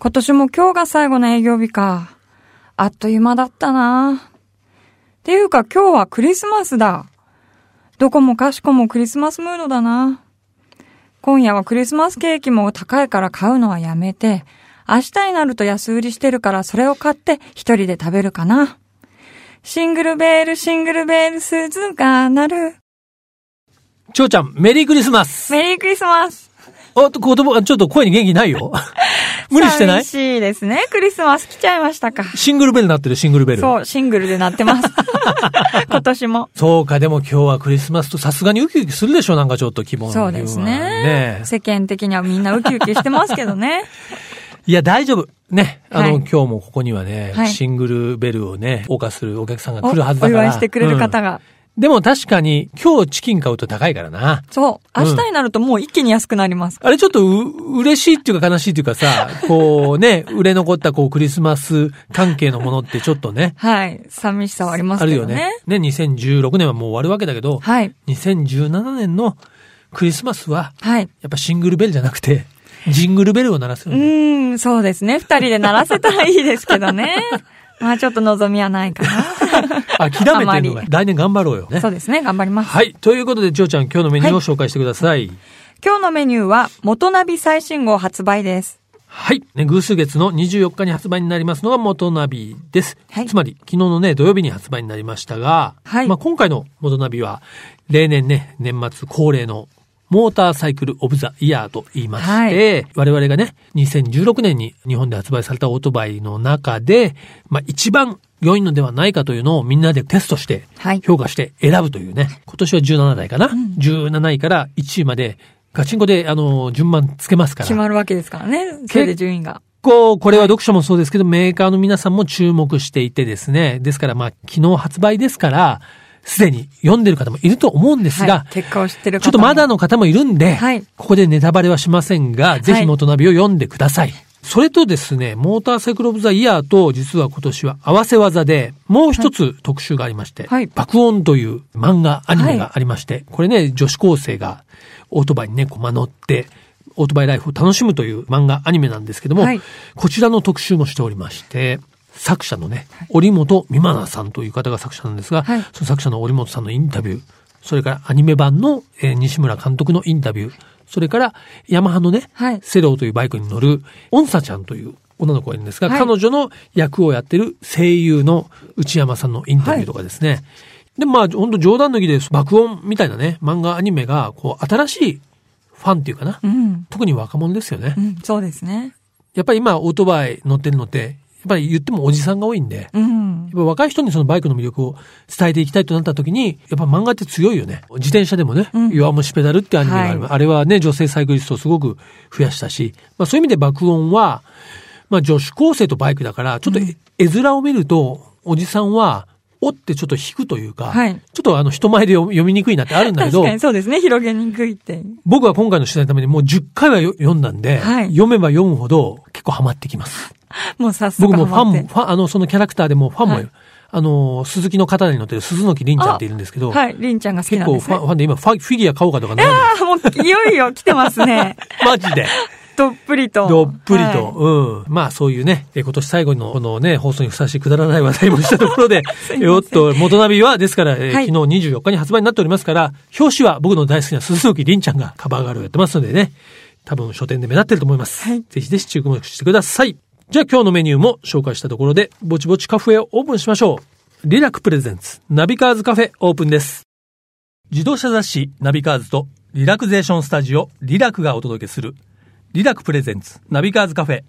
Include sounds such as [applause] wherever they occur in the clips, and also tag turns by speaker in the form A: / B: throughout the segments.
A: 今年も今日が最後の営業日か。あっという間だったな。っていうか今日はクリスマスだ。どこもかしこもクリスマスムードだな。今夜はクリスマスケーキも高いから買うのはやめて、明日になると安売りしてるからそれを買って一人で食べるかな。シングルベール、シングルベール、鈴が鳴る。
B: ちょうちゃん、メリークリスマス。
A: メリークリスマス
B: おっと、言葉がちょっと声に元気な
A: [laughs]
B: いよ。無理してな
A: 寂
B: い
A: しいですね。クリスマス来ちゃいましたか。
B: シングルベルなってる、シングルベル。
A: そう、シングルで鳴って
B: [laughs]
A: ます。今年も。
B: そうか、でも今日はクリスマスとさすがにウキウキするでしょなんかちょっと希望の
A: そうですね
B: ね
A: 世間的にはみんなウキウキしてますけどね。
B: いや、大丈夫。ね。あの、
A: はい
B: 今日もここにはね、
A: はい
B: シングルベルをね、謳歌するお客さんが
A: お
B: [laughs] 来るはずだ
A: お
B: から。
A: 祝いしてくれる方が。
B: うんでも確かに、今日チキン買うと高いからな。
A: そう、
B: うん
A: 明日になるともう一気に安くなります。
B: あれちょっとう、嬉しいっていうか悲しいっていうかさ、こうね、売れ残ったこうクリスマス関係のものってちょっとね、
A: はい。寂しさはあります
B: あ
A: け
B: る
A: ど
B: よ
A: ね。
B: ね。ね、2016年はもう終わるわけだけど、
A: はい。
B: 2017年のクリスマスは、
A: はい。
B: やっぱシングルベルじゃなくて、ジングルベルを鳴らす
A: う
B: よね。
A: ーん、そうですね。二人で鳴らせたらいいですけど
B: [laughs]
A: ね。まあちょっと望みはないか
B: 諦めてるの
A: あま
B: が
A: り
B: 来年頑張ろうよね [laughs]
A: な。。そうですね。頑張ります。
B: はい。ということで、ちょうちゃん、今日のメニューを紹介してください。
A: 今日のメニューは、元ナビ最新号発売です。
B: はい。ね、偶数月の24日に発売になりますのが元ナビです。
A: はい
B: つまり、昨日のね、土曜日に発売になりましたが、
A: はい
B: まあ、今回の元ナビは、例年ね、年末恒例のモーターサイクルオブザイヤーと言いまして、我々がね、2016年に日本で発売されたオートバイの中で、まあ、一番良いのではないかというのをみんなでテストして、
A: はい。
B: 評価して選ぶというね。今年は17台かな、?17 位から1位まで、ガチンコで、あの、順番つけますから。
A: 決まるわけですからね。それで順位が。
B: こう、これは読者もそうですけど、メーカーの皆さんも注目していてですね。ですから、まあ、昨日発売ですから、すでに読んでる方もいると思うんですが
A: は、い、結果を知ってる方も
B: ちょっとまだの方もいるんで、
A: はい
B: ここでネタバレはしませんが、ぜひ元ナビを読んでください。それとですね、モーターサイクルオブザイヤーと実は今年は合わせ技で、もう一つ特集がありまして、
A: はい
B: 爆音という漫画アニメがありまして、これね、女子高生がオートバイにね、こま乗って、オートバイライフを楽しむという漫画アニメなんですけども、
A: はい
B: こちらの特集もしておりまして、作者のね、織本美真奈さんという方が作者なんですが、
A: はい
B: その作者の織本さんのインタビュー、それからアニメ版の、えー西村監督のインタビュー、それからヤマハのね、
A: はい
B: セローというバイクに乗る、オンサちゃんという女の子がいるんですが、
A: はい
B: 彼女の役をやってる声優の内山さんのインタビューとかですね。で、まあ、ほんと冗談抜きで爆音みたいなね、漫画アニメが、こう、新しいファンっていうかな、
A: うん。
B: 特に若者ですよね
A: う。ん、そうですね。
B: やっぱり今、オートバイ乗ってるのって、やっぱり言ってもおじさんが多いんで、
A: うん
B: やっ。ぱ若い人にそのバイクの魅力を伝えていきたいとなった時に、やっぱ漫画って強いよね。自転車でもね、
A: うん
B: 弱虫ペダルってアニメがある、
A: はい
B: あれはね、女性サイクリストをすごく増やしたし、まあそういう意味で爆音は、まあ女子高生とバイクだから、ちょっと
A: うん
B: 絵面を見ると、おじさんは、おってちょっと引くというか、
A: はい
B: ちょっとあの人前で読読みにくいなってあるんだ
A: 確
B: けど
A: か、にそうですね。広げにくいって。
B: 僕は今回の取材のためにもう10回はよ読んだんで、
A: はい
B: 読めば読むほど結構ハマってきます。
A: もう早速
B: 僕もファ
A: ハマ
B: ンも、
A: っ
B: フ
A: て
B: ァン、あの、そのキャラクターでもファンも、
A: はい
B: あの、鈴木の刀に乗ってる鈴木凛ちゃんっているんですけど、
A: はい、りんちゃんが好き
B: 結
A: なん
B: 構
A: です
B: ファン
A: ね。
B: ファンで今ファ、フィギュア買おうかとか悩んで
A: ああ、もういよいよ来てます
B: [laughs]
A: ね。
B: マジで。
A: どっぷりと。
B: どっぷりと、
A: は
B: うん。まあそういうね、え今年最後のこのね、放送にふさわしいくだらない話題もしたところ [laughs] で、えおっと、元ナビは、ですから、え
A: はい
B: 昨日24日に発売になっておりますから、表紙は僕の大好きな鈴木凛ちゃんがカバーガールをやってますのでね、多分書店で目立ってると思います。
A: はい
B: ぜひぜひ注目してください。じゃあ今日のメニューも紹介したところで、ぼちぼちカフェをオープンしましょう。リラックプレゼンツ、ナビカーズカフェオープンです。自動車雑誌ナビカーズとリラクゼーションスタジオリラクがお届けするリラクプレゼンツナビカーズカフェ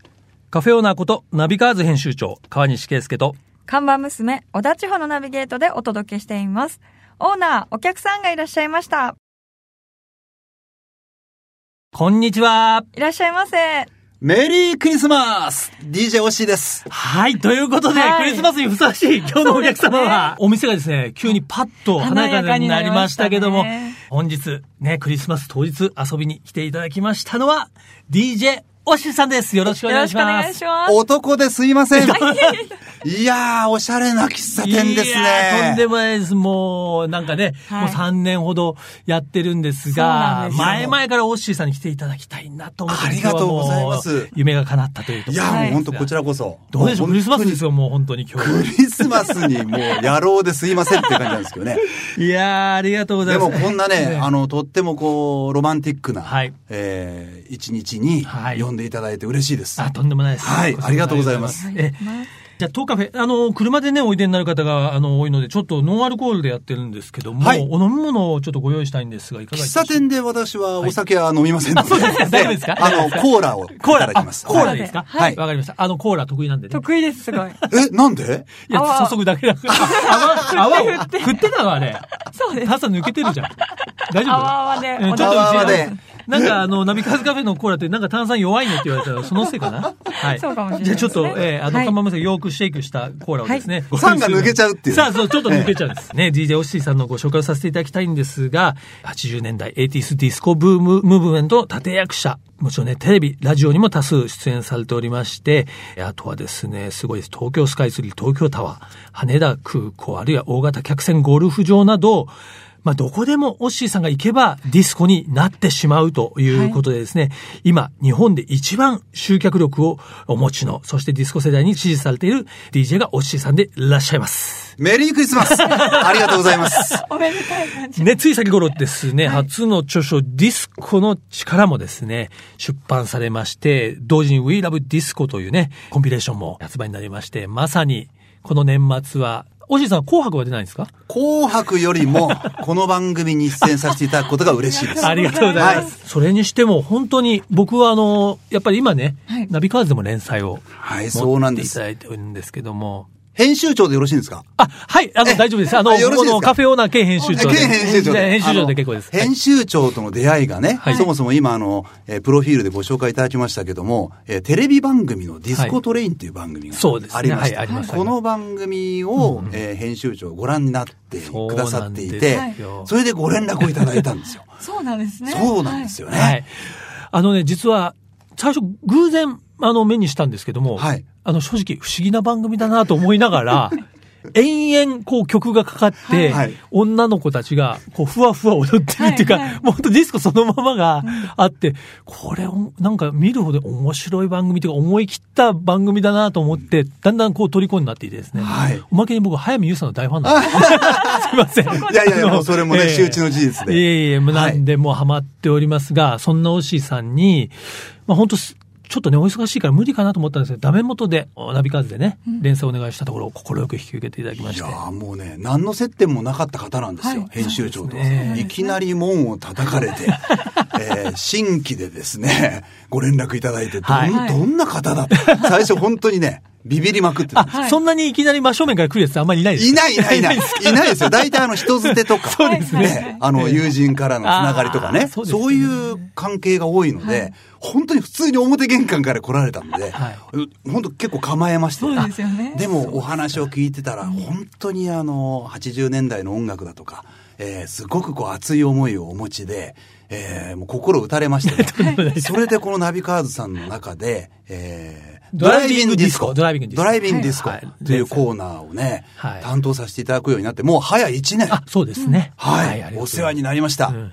B: カフェオーナーことナビカーズ編集長川西圭介と
A: 看板娘、小田千穂のナビゲートでお届けしています。オーナー、お客さんがいらっしゃいました。
B: こんにちはい
A: らっしゃいませ。
C: メリークリスマス !DJ おしいです。
B: はいということで、
A: はい
B: クリスマスにふさわしい今日のお客様は、お店がですね急にパッと華やかになりましたけども、
A: 華やかになりましたね
B: 本日ねクリスマス当日遊びに来ていただきましたのは DJ オオッシーさんです。よろしくお
A: よ
B: 願
A: ろ
B: い
A: し
B: し
A: くお
B: ま
A: 願い
B: す。
A: します。
C: 男ですいません。いやー、おしゃれな喫茶店です
B: いやーとんで
C: ね。
B: もないです。もう、なんかね、
A: はい
B: もう3年ほどやってるんです
A: そうな
B: が
A: ん、ですよ
B: 前々からオッシーさんに来ていただきたいなと思って、
C: ありがとうございます
B: 今日はもう夢が叶ったというと
C: い
B: ころ
C: や
B: なんで
C: ー、も
A: は
C: う
A: い
C: 本当こちらこそ。
B: どうでしょうクリスマスです
C: よ。
B: よ、もう本当に今
C: ク
B: 日。
C: リスマスにもう野郎ですいませんって感じなんですけど
B: [laughs]
C: ね。
B: いやー、ありがとうござい
C: で
B: ま
C: も
B: す。
C: こんなね、あの、とってもこう、ロマンティックな、
B: はい
C: えー一日に
B: はい
C: 呼んでいただいて嬉しいです。
B: あ、とんでもないです。
C: はい
B: こちらこそ
C: ありがとうございます
B: ありがとうございますえじゃあ、当カフェ、あの、車でね、おいでになる方が、あの、多いので、ちょっとノンアルコールでやってるんですけども、
C: はい
B: お飲み物をちょっとご用意したいんですが、いかがで
C: 喫
B: すか
C: 茶店で私はお酒は飲みませんので、
B: 大
C: [laughs]
B: 丈夫ですか
C: あの、コーラをい
B: コー
C: た
B: ラ
C: だきます。
B: あコーラ
C: はい
B: でいいですか
C: はい
B: わかりました。あの、コーラ得意なんでね。
A: 得意です、すごい。
C: え、なんで
B: いや、
A: 泡
B: 注ぐだけだから。泡、泡を振ってた
A: [laughs]
B: のあれ。
A: そうです。
B: 傘抜けてるじゃん。大丈夫
A: 泡泡で
B: うんちょっと
C: 泡泡
B: 後ろ
C: で
B: なんかあの、ナビカーズカフェのコーラってなんか炭酸弱いねって言われたら、そのせい
A: [laughs]
B: かな。はい。
A: そうかもしれない
B: じゃあちょっと
A: で、すね
B: えー、あの、
A: はい
B: かまめさんよくシェイクしたコーラをですね。
C: 酸が抜けちゃうっていう
B: さあ、そう、ちょっと抜けちゃうんですね。DJ オッシーさんのご紹介をさせていただきたいんですが、80年代 80s ディスコブーム、ムーブメントの立役者。もちろんね、テレビ、ラジオにも多数出演されておりまして、あとはですね、すごいです。東京スカイツリー、東京タワー、羽田空港、あるいは大型客船ゴルフ場など、まあ、どこでもオッシーさんが行けばディスコになってしまうということでですね、今、日本で一番集客力をお持ちの、そしてディスコ世代に支持されている DJ がオッシーさんでいらっしゃいます。
C: メリークリ
B: [laughs]
C: スマスありがとうございます。
A: おめでたい感じ。
B: ね、つい先頃ですね、初の著書ディスコの力もですね、出版されまして、同時に We Love Disco というね、コンピレーションも発売になりまして、まさにこの年末は、おじいさん紅白は出ないんですか
C: 紅白よりも、この番組に出演させていただくことが嬉しい
B: [laughs]
C: です。
B: ありがとうございます。それにしても本当に僕はあの、やっぱり今ね、
A: はい
B: ナビカーズでも連載を
C: はい、そう
B: 持
C: な
B: っ
C: ん
B: て
C: で
B: いた
C: す。
B: だいてるんですけども、
C: 編集長でよろしいんですか
B: あ、はい、あの、大丈夫です。あの、
C: あよろしいですか
B: ここのカフェオーナー兼編集長で。
C: 兼編集長で。
B: 編集長で結構です。
C: あの
B: はい
C: 編集長との出会いがね、
B: はい
C: そもそも今あの、えープロフィールでご紹介いただきましたけども、えーテレビ番組のディスコトレインという番組が
B: そうですね
C: ありまし
B: はいありま
C: た。
B: す
C: この番組を、えー編集長ご覧になってくださっていて
B: そうなんですよ、
C: それでご連絡をいただいたんですよ。
A: そうなんですね。
C: そうなんです
A: よ。
C: よ
B: は
C: ね。
B: い。あのね、実は、最初偶然、あの、目にしたんですけども、
C: はい
B: あの、正直不思議な番組だなと思いなが
C: [laughs]
B: ら、延々、こう曲がかかって、
C: はい
B: 女の子たちが、こう、ふわふわ踊ってるっていうか、
A: はいはい
B: もうほんとディスコそのままがあって、これ、なんか見るほど面白い番組というか、思い切った番組だなと思って、だんだんこう、虜になっていてですね。
C: はい
B: おまけに僕、早見優さんの大ファンなん
C: [laughs]
B: です。すいません。
C: いやいやいや、もうそれも
B: あ
C: ね、
B: の
C: 周知の事実
B: い
C: で。
B: えいえ、もう
C: は
B: ないんでもうハマっておりますが、そんなオッシーさんに、まあ本当すちょっとね、お忙しいから無理かなと思ったんですけど、ダメ元で、おナビカーズでね、連載お願いしたところを快く引き受けていただきま
C: い
B: して
C: や。ーもうね、何の接点もなかった方なんですよ、
A: はい
C: 編集長とは、
B: そうです
A: ね
C: いきなり門を叩かれ
B: [laughs]
C: て、えー新規でですね、ご連絡いただいて、どん,、
B: はい
C: どんな方だって、最初本当にね、ビビりまくってたんですよ。
B: あ、
A: はい
B: そんなにいきなり真正面から来るやつってあんまりいないです
C: いないいないいない。
B: で
C: いないですよ。大体あの人捨てとか。
B: そうですね
C: あの友人からのつながりとか
B: あー
C: ね。
B: そ
C: そうう
B: ですね
C: いう関係が多いので、
A: はい
C: 本当に普通に表玄関から来られたので、
B: は
C: 本当結構構えましたよ
A: そうですよね
C: でもお話を聞いてたら、本当にあの、80年代の音楽だとか、えーすごくこう熱い思いをお持ちで、えーもう心打たれ
B: [laughs]
C: ましたねそれでこのナビカーズさんの中で、えー
B: ドライビングディスコドライビングディスコ
C: ドライビングディスコ
B: はい
C: というコーナーをね、
B: はい
C: 担当させていただくようになって、もう早1年。
B: あ、そうですね。
C: はい、
B: ありがとうご
C: お
B: ざいます
C: 世話になりました。
B: ん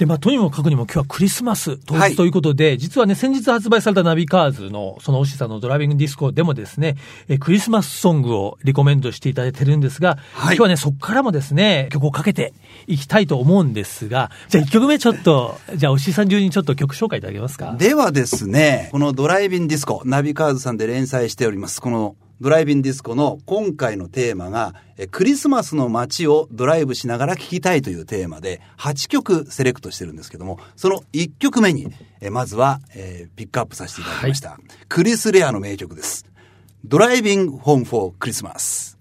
B: で、まあ、とにもかくにも今日はクリスマス当
C: は
B: 日
C: い
B: ということで、実はね、先日発売されたナビカーズの、そのオシさんのドライビングディスコでもですね、えークリスマスソングをリコメンドしていただいてるんですが、
C: は
B: 今
C: い
B: 日はね、そこからもですね、曲をかけていきたいと思うんですが、じゃあ1曲目ちょっと、じゃあオシさん中にちょっと曲紹介いただけますか
C: ではですね、このドライビングディスコ、ナビカーズさんで連載しております。このドライビングディスコの今回のテーマが、えクリスマスの街をドライブしながら聴きたいというテーマで、8曲セレクトしてるんですけども、その1曲目に、えまずは、えーピックアップさせていただきました。クリス・レアの名曲です。ドライビング・ホーム・フォー・クリスマス。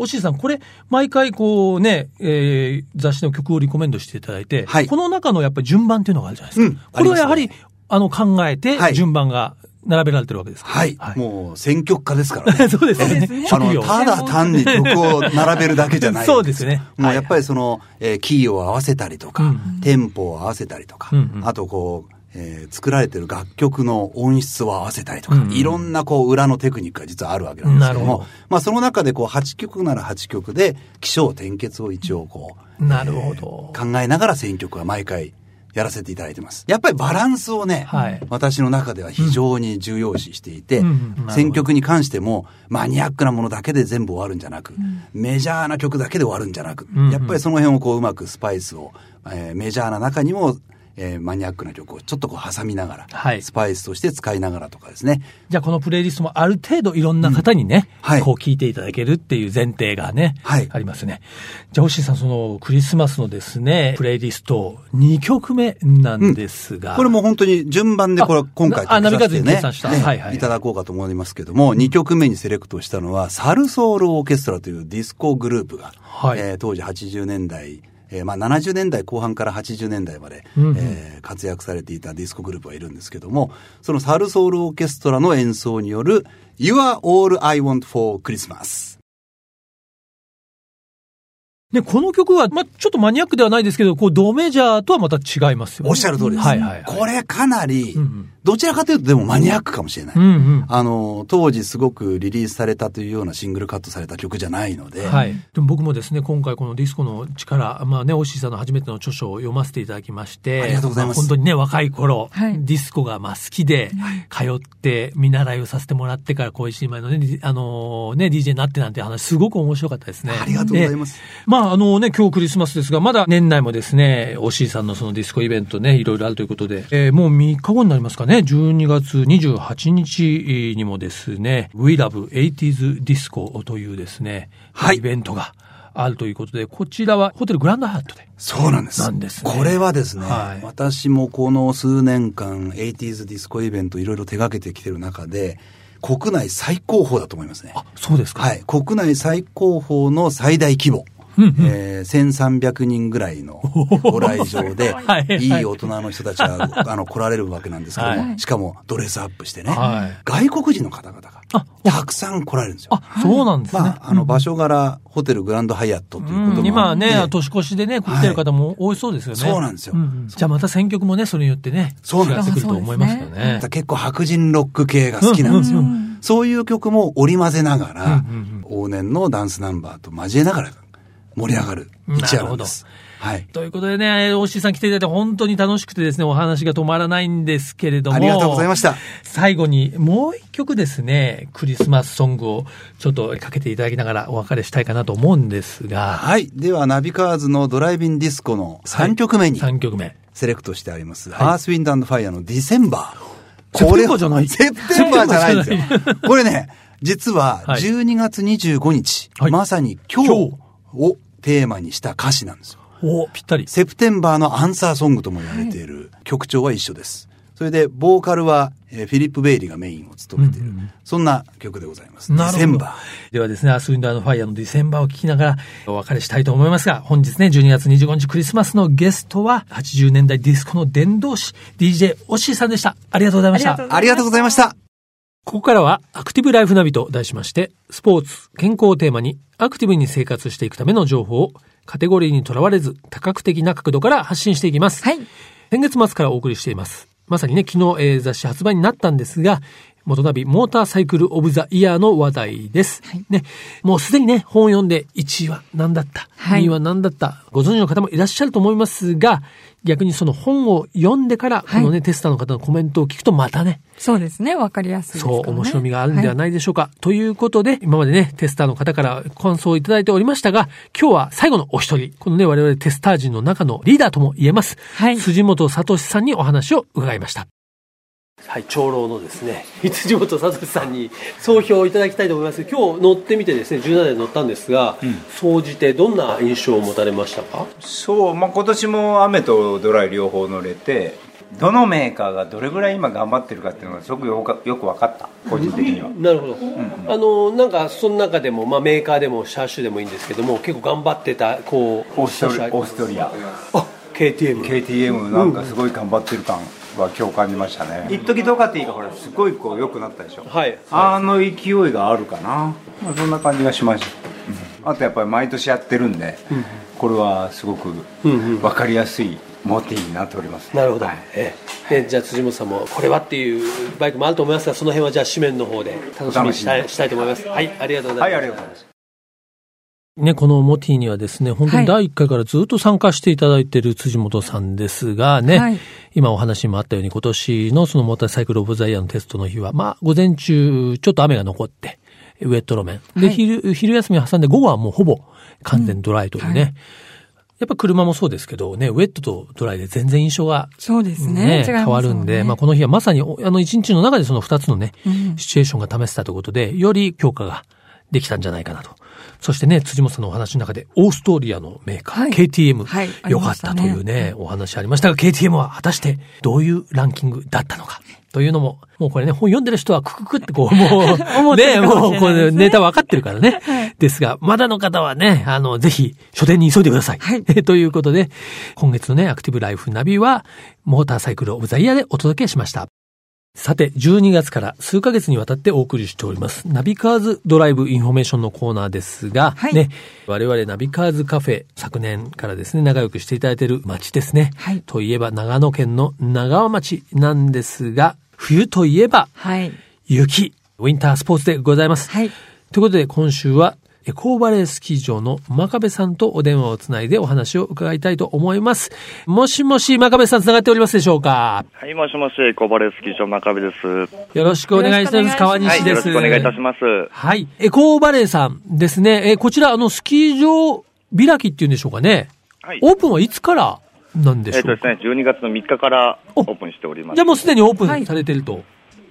B: オシさん、これ、毎回こうね、えー雑誌の曲をリコメンドしていただいて、
C: はい
B: この中のやっぱり順番っていうのがあるじゃないですか。
C: うん
B: これはやは
C: あ
B: り、
C: りま
B: あの、考えて
C: は、い
B: 順番が並べられてるわけですから。
C: はい。もう選曲家ですから
B: [laughs]
C: ね。
B: そうです
A: そうです
B: ね
A: ね。
C: あ
B: 職
C: の
B: 業。
C: ただ単に曲を並べるだけじゃない
B: そうですね
C: もうやっぱりその、えーキーを合わせたりとか、
B: うん
C: テンポを合わせたりとか、
B: うんうん
C: あとこう、えー作られてる楽曲の音質を合わせたりとか、
B: うん
C: いろんなこう裏のテクニックが実はあるわけなんですけど
B: なるほ
C: も
B: ど、
C: まあその中でこう8曲なら8曲で、起承転結を一応こう、
B: なるほど
C: えー考えながら選曲は毎回やらせていただいてます。やっぱりバランスをね、
B: はい
C: 私の中では非常に重要視していて、
B: うんうん
C: 選曲に関してもマニアックなものだけで全部終わるんじゃなく、
A: ん
C: メジャーな曲だけで終わるんじゃなく、
B: うんうん
C: やっぱりその辺をこううまくスパイスを、えーメジャーな中にも、えーマニアックな曲をちょっとこう挟みながら、
B: はい
C: スパイスとして使いながらとかですね。
B: じゃあこのプレイリストもある程度いろんな方にね、
C: うんはい
B: こう聞いていただけるっていう前提がね、
C: はい
B: ありますね。じゃあ星さん、そのクリスマスのですね、プレイリスト2曲目なんですが。
C: これも本当に順番でこれは今回
B: ああナビカーズに
C: ね
B: 計算した
C: ね
B: はいはい
C: いただこうかと思いますけども、2曲目にセレクトしたのは、サルソウルオーケストラというディスコグループが、
B: はい
C: えー当時80年代、えーまあ、70年代後半から80年代まで、
B: うんうん
C: えー活躍されていたディスコグループがいるんですけども、そのサルソウルオーケストラの演奏による、You are all I want for Christmas。
B: ね、この曲は、まあ、ちょっとマニアックではないですけど、こう、ドメジャーとはまた違いますよね。
C: おっしゃる通りです。
B: はいはい、はい。
C: これかなり、
B: うんうん
C: どちらかというとでもマニアックかもしれない。
B: うんうん。
C: あの、当時すごくリリースされたというようなシングルカットされた曲じゃないので、
B: はい、でも僕もですね今回このディスコの力、まあね、オッシーさんの初めての著書を読ませていただきまして
C: ありがとうございます
B: あ本当にね若い頃、
A: はい
B: ディスコがまあ好きで通って見習いをさせてもらってから小石今のね,、あのね DJ になってなんて話すごく面白かったですね。
C: ありがとうございます
B: でまああのね今日クリスマスですがまだ年内もですねオッシーさんのそのディスコイベントねいろいろあるということで、えーもう3日後になりますかね12月28日にもですね We Love 80s Disco というですね、
C: はい
B: イベントがあるということでこちらはホテルグランドハートで
C: そうなんです。
B: なんですね
C: これはですね、
B: はい
C: 私もこの数年間、80s ディスコイベントいろいろ手掛けてきてる中で、国内最高峰だと思いますね。
B: あそうですか
C: はい。国内最高峰の最大規模。えー、1300人ぐらい
B: [laughs]
C: のご来場で
B: はい、はい
C: いい大人の人たちが、あの、来られるわけなんですけども、
A: はい
C: しかもドレスアップしてね、
B: はい
C: 外国人の方々が、
B: あ
C: たくさん来られるんですよ。
B: あそうなんですね、
C: まあ、あの、場所柄、ホテルグランドハイアットということもあっ
B: うん
C: て
B: 今ね、年越しでね、来てる方も多いそうですよね。
C: そうなんですよ
B: んじゃあまた選曲もね、それによってね、
C: そうなん
B: 違
C: で
B: っ
C: す
B: てくると思いますよね。
C: 結構白人ロック系が好きなんですよ。
B: うん
C: そういう曲も織り交ぜながら、
B: うんうん
C: 往年のダンスナンバーと交えながら盛り上がる一夜なんです。はい。
B: ということでね、おしさん来ていただいて本当に楽しくてですね、お話が止まらないんですけれども。
C: ありがとうございました。
B: 最後にもう一曲ですね、クリスマスソングをちょっとかけていただきながらお別れしたいかなと思うんですが、
C: はい。では、ナビカーズのドライビンディスコの3曲目に
B: 3曲目。
C: セレクトしてあります、
B: い
C: アースウィンドアンドファイアのディセンバー。
B: セプテンバーじゃない
C: セプテンバーじゃないんですよ。これね、実は
B: はい
C: 12月25日、
B: はい
C: まさに今
B: 今
C: 日
B: 日
C: をテーマにした歌詞なんですよ。
B: おぴったり。
C: セプテンバーのアンサーソングとも言われている、曲調は一緒です。それで、ボーカルは、えーフィリップ・ベイリーがメインを務めている、
B: うんうんうん
C: そんな曲でございます。
B: なる
C: ディセ
B: ほ
C: ン
B: ど
C: バー。。
B: ではですね、アースウィンドアのファイアのディセンバーを聞きながらお別れしたいと思いますが、本日ね、12月25日クリスマスのゲストは、80年代ディスコの伝道師、DJ オッシーさんでした。ありがとうございました。
C: ありがとうございました。
B: ここからは、アクティブライフナビと題しまして、スポーツ、健康をテーマに、アクティブに生活していくための情報を、カテゴリーにとらわれず、多角的な角度から発信していきます。
A: はい。
B: 先月末からお送りしています。まさにね、昨日、えー雑誌発売になったんですが、元ナビモーターサイクルオブザイヤーの話題です。
A: はい
B: ね、もうすでにね、本を読んで1位は何だった、
A: はい
B: 2位は何だった、ご存知の方もいらっしゃると思いますが、逆にその本を読んでから、こ
A: はい
B: のね、テスターの方のコメントを聞くとまたね、
A: そうですね。わかりやすいですからね。。
B: そう、面白みがあるんではいないでしょうか。ということで、今までね、テスターの方から感想をいただいておりましたが、今日は最後のお一人、このね、我々テスター人の中のリーダーとも言えます、
A: はい
B: 辻本聡さんにお話を伺いました。はい、長老のですね、辻本聡さんに [laughs] 総評をいただきたいと思います。今日乗ってみてですね、17年乗ったんですが、総じてどんな印象を持たれましたか
D: そう、まあ、今年も雨とドライ両方乗れてどのメーカーがどれぐらい今頑張ってるかっていうのがすごくよかよく分かった個人的には
B: なるほど、あのなんかその中でも、まあ、メーカーでも車種でもいいんですけども結構頑張ってたこう
D: オーストリ
B: 車種あり
D: オーストリア
B: あ
E: KTM
D: KTM なんかすごい頑張ってる感は今日感じましたね一時ドカティがほらすごいこう良くなったでしょ
E: はい
D: あの勢いがあるかな、まあ、そんな感じがしましたあとやっぱり毎年やってるんで、これはすごく分かりやすいモティになっております、
E: なるほど、
D: はい
E: ええねじゃあ辻本さんもこれはっていうバイクもあると思いますがその辺はじゃあ紙面の方で楽しみにしたいしたいと思いますはいありがとうござ
D: はいい、
E: ま
D: あ
E: す、
D: りがとうございます
B: ね、このモティにはですね、本当に第1回からずっと参加していただいている辻元さんですがね、
A: はい
B: 今お話にもあったように今年のそのモーターサイクルオブザイヤーのテストの日は、まあ午前中ちょっと雨が残って、ウェット路面。で、
A: はい
B: 昼、昼休み挟んで午後はもうほぼ完全ドライというね。
A: うんはい
B: やっぱ車もそうですけどね、ウェットとドライで全然印象が
A: そうですね。違います
B: 変わるんで、
A: ね
B: まあ、この日はまさに、おあの、一日の中でその二つのね、
A: うん
B: シチュエーションが試せたということで、より強化ができたんじゃないかなと。そしてね、辻本さんのお話の中で、オーストリアのメーカー、
A: はい
B: KTM、
A: はい
B: 良かったというねお話ありましたが、KTM は果たしてどういうランキングだったのか。というのも、もうこれね、本読んでる人はクククってこう、
A: [laughs]
B: もう、
A: って
B: ね、
A: るかもし
B: も
A: れ
B: うこ
A: ないで
B: れ
A: すね
B: ネタ分かってるからね。ですが、まだの方はね、あの、ぜひ、書店に急いでください。
A: はい
B: [laughs] ということで、今月のね、アクティブライフナビは、モーターサイクルオブザイヤーでお届けしました。さて、12月から数ヶ月にわたってお送りしております、ナビカーズドライブインフォメーションのコーナーですが、
A: はい
B: ね、我々ナビカーズカフェ、昨年からですね、仲良くしていただいている街ですね。
A: はい
B: といえば、長野県の長尾町なんですが、冬といえば、
A: はい。
B: 雪、ウィンタースポーツでございます。
A: はい
B: ということで、今週は、エコーバレースキー場の真壁さんとお電話をつないでお話を伺いたいと思います。もしもし、真壁さんつながっておりますでしょうか
F: はい、もしもし、小バレースキー場真壁です。は
B: よろしくお願いし
A: よ
B: ま
A: ろ
B: す。
A: しくお
B: 川
A: 願いします
B: 西
F: い、よ
B: で
F: ろ
B: す。
F: しくお願いいたします。
B: はい。エコーバレーさんですね。えーこちら、あの、スキー場開きっていうんでしょうかね。
F: はい。
B: オープンはいつからなんでし
F: え
B: ょ
F: っ
B: うか
F: とですね、12月の3日から
B: お
F: オープンしておりま
B: じゃあ。
F: す
B: もうすでにオープ
A: は
B: ン
A: い
B: されてると。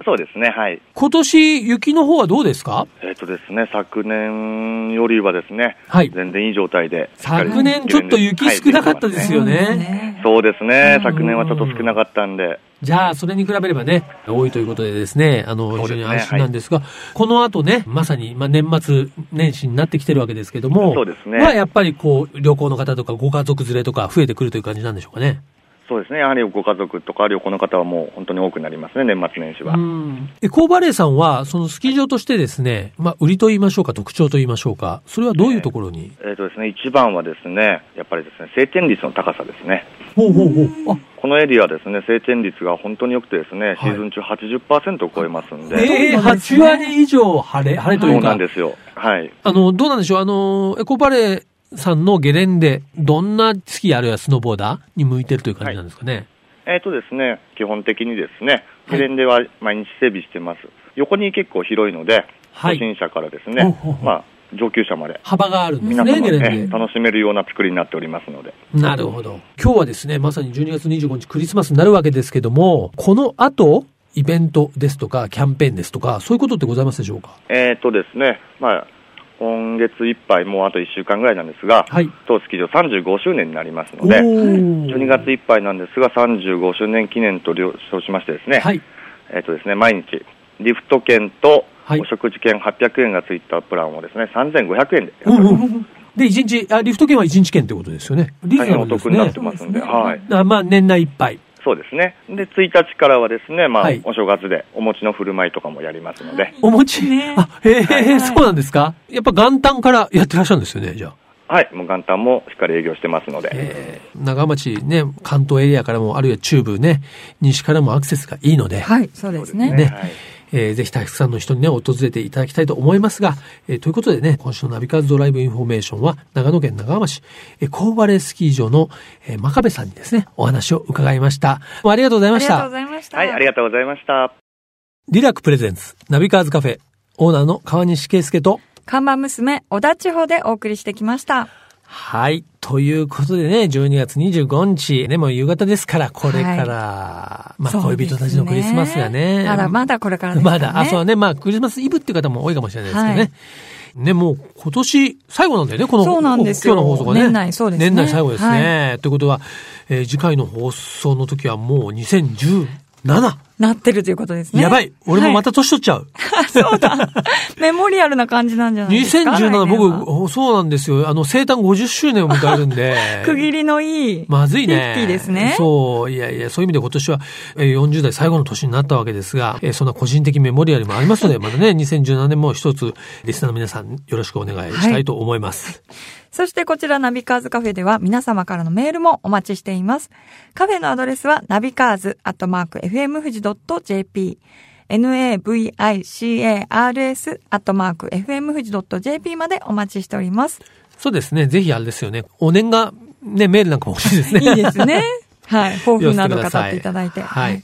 F: そうですね、はい。
B: 今年、雪の方はどうですか
F: えっとですね、昨年よりはですね、
B: はい。
F: 全然いい状態で。
B: 昨年ちょっと雪少なかったですよ
A: そうです
B: ね。
A: ね。
F: そうですね
B: ん、
F: 昨年はちょっと少なかったんで。
B: じゃあ、それに比べればね、多いということでですね、あの、
F: そう
B: 非
F: です
B: 常
F: ね
B: に安心なんですが、この後ね、まさに、まあ、年末年始になってきてるわけですけども、
F: そうですね
B: まあ、やっぱりこう、旅行の方とかご家族連れとか増えてくるという感じなんでしょうかね。
F: そうですね、やはりご家族とか旅行の方はもう本当に多くなりますね、年末年始は。
B: うん。エコーバレーさんは、そのスキー場としてですね、まあ、売りと言いましょうか、特徴と言いましょうか、それはどういうところに、
F: えっとですね、一番はですね、やっぱりですね、晴天率の高さですね。
B: ほうほうほう。あ、
F: このエリアはですね、晴天率が本当に良くてですね、
B: い
F: シーズン中80%を超えますんで。
B: ええ
A: ほとんどです
B: 8
A: ね
B: 割以上晴れ、晴れとい
F: そううな
B: か
F: ん、ですよ。はい。
B: あの、どうなんでしょうあの、エコバレーさんのゲレンデ、どんなスキーあるいはスノーボーダーに向いてるという感じなんですかね。
F: えっ、とですね、基本的にですね、ゲレンデは毎日整備してます。横に結構広いので、
B: はい
F: 初心者からです
B: ほう
F: ね
B: ほうほ、う
F: まあ、上級者まで、
B: 幅があるんです
F: 皆
B: ね、
F: 様
B: ゲレ
F: ね
B: ン、デ。
F: 楽しめるような作りになっておりますので。
B: なるほど。今日はですね、まさに12月25日クリスマスになるわけですけども、この後、イベントですとか、キャンペーンですとか、そういうことってございますでしょうか
F: えっ、とですね、まあ、今月いっぱい、もうあと1週間ぐらいなんですが、
B: はい。
F: 当スキー場35周年になりますの
B: お
F: で、
B: ー
F: 12月いっぱいなんですが、35周年記念と了承しましてですね、
B: はい。
F: えっ、とですね、毎日、リフト券と
B: はい
F: お食事券800円がついたプランをですね、3500円で
B: うんうん。で、一日、あ、リフト券は一日券ってことですよね。リー
F: 大
B: ズナ
F: 変
B: ブ
F: お
B: ルで
F: 得
B: す
F: にな
B: ね
F: って。ますん
A: そうで
F: で、
A: すね
F: はい。
B: あまあ、年内いっぱい。
F: そうですね。で、1日からはですね、まあ、
B: はい
F: お正月でお餅の振る舞いとかもやりますので、
B: お餅、
A: ね
B: あ、へえ、
A: はい
B: そうなんですかやっぱ元旦からやってらっしゃるんですよね、じゃあ。
F: はい、もう元旦もしっかり営業してますので、
B: えー長町ね、関東エリアからも、あるいは中部ね、西からもアクセスがいいので、
A: はい、そうですね。
B: ね
F: はい。
B: えーぜひたくさんの人にね、訪れていただきたいと思いますが、えーということでね、今週のナビカーズドライブインフォメーションは、長野県長浜市、えー、コーバレースキー場の、えー真壁さんにですね、お話を伺いました。どうもありがとうござい
A: あ
B: ま
A: り
B: し
A: がとう
B: た
A: ご。ざいました。
F: はい、ありがとうございました。
B: リラックプレゼンツ、ナビカーズカフェ、オーナーの川西圭介と、
A: 看板娘、小田地方でお送りしてきました。
B: はい。ということでね、12月25日、ね、もう夕方ですから、これから、まあ、
A: そう
B: 恋
A: です
B: 人
A: ね
B: たちのクリスマスがね。
A: まだまだこれからですか
B: ま
A: らね。
B: だ、あ、そうね、まあ、クリスマスイブっていう方も多いかもしれないですけどね。
A: はい
B: ね、もう今年最後なんだよね、この
A: そうなんですよ
B: 今日の放送がね。
A: 年内そうですね
B: 年内最後ですね。ということは、えー次回の放送の時はもう2017
A: なってるということですね。
B: やばい。俺もま
A: た、
B: た年取っちゃう。
A: そうだ。メモリアルな感じなんじゃないですか。
B: 2017、
A: 来年は。
B: 僕、おそうなんですよ。あの、生誕50周年を迎えるんで
A: [laughs] 区切りのいい。
B: まずいね。
A: 50ですね。
B: そう、いやいや、そういう意味で今年はえー40代最後の年になったわけですが、えーそんな個人的メモリアルもありま
A: [laughs]
B: すので、またね、2017年も一つ、リスナーの皆さんよろしくお願いしたいと思います。
A: そしてこちらナビカーズカフェでは皆様からのメールもお待ちしています。カフェのアドレスはナビカーズアットマーク FMFUJI.jp navicars アットマーク FMFUJI.jp までお待ちしております。
B: そうですね、ぜひあれですよね、お年が、ね、メールなんかも欲しいですね。
A: いいです [laughs] ね。はい。抱負
B: 寄せ
A: な
B: て
A: ど
B: く
A: 語
B: だ
A: っ
B: さ
A: ていただいて。
B: はい。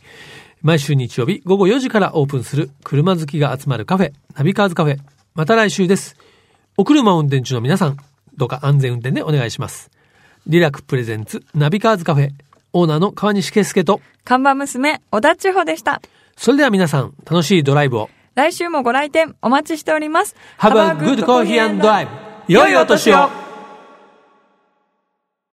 B: 毎週日曜日午後4時からオープンする車好きが集まるカフェ、ナビカーズカフェ。また来週です。お車を運転中の皆さん、どうか安全運転でお願いします。リラックプレゼンツナビカーズカフェ、オーナーの川西圭介と、
A: 看板娘、小田千穂でした。
B: それでは皆さん、楽しいドライブを。
A: 来週もご来店お待ちしております。
B: Have a good coffee and drive! 良いお年を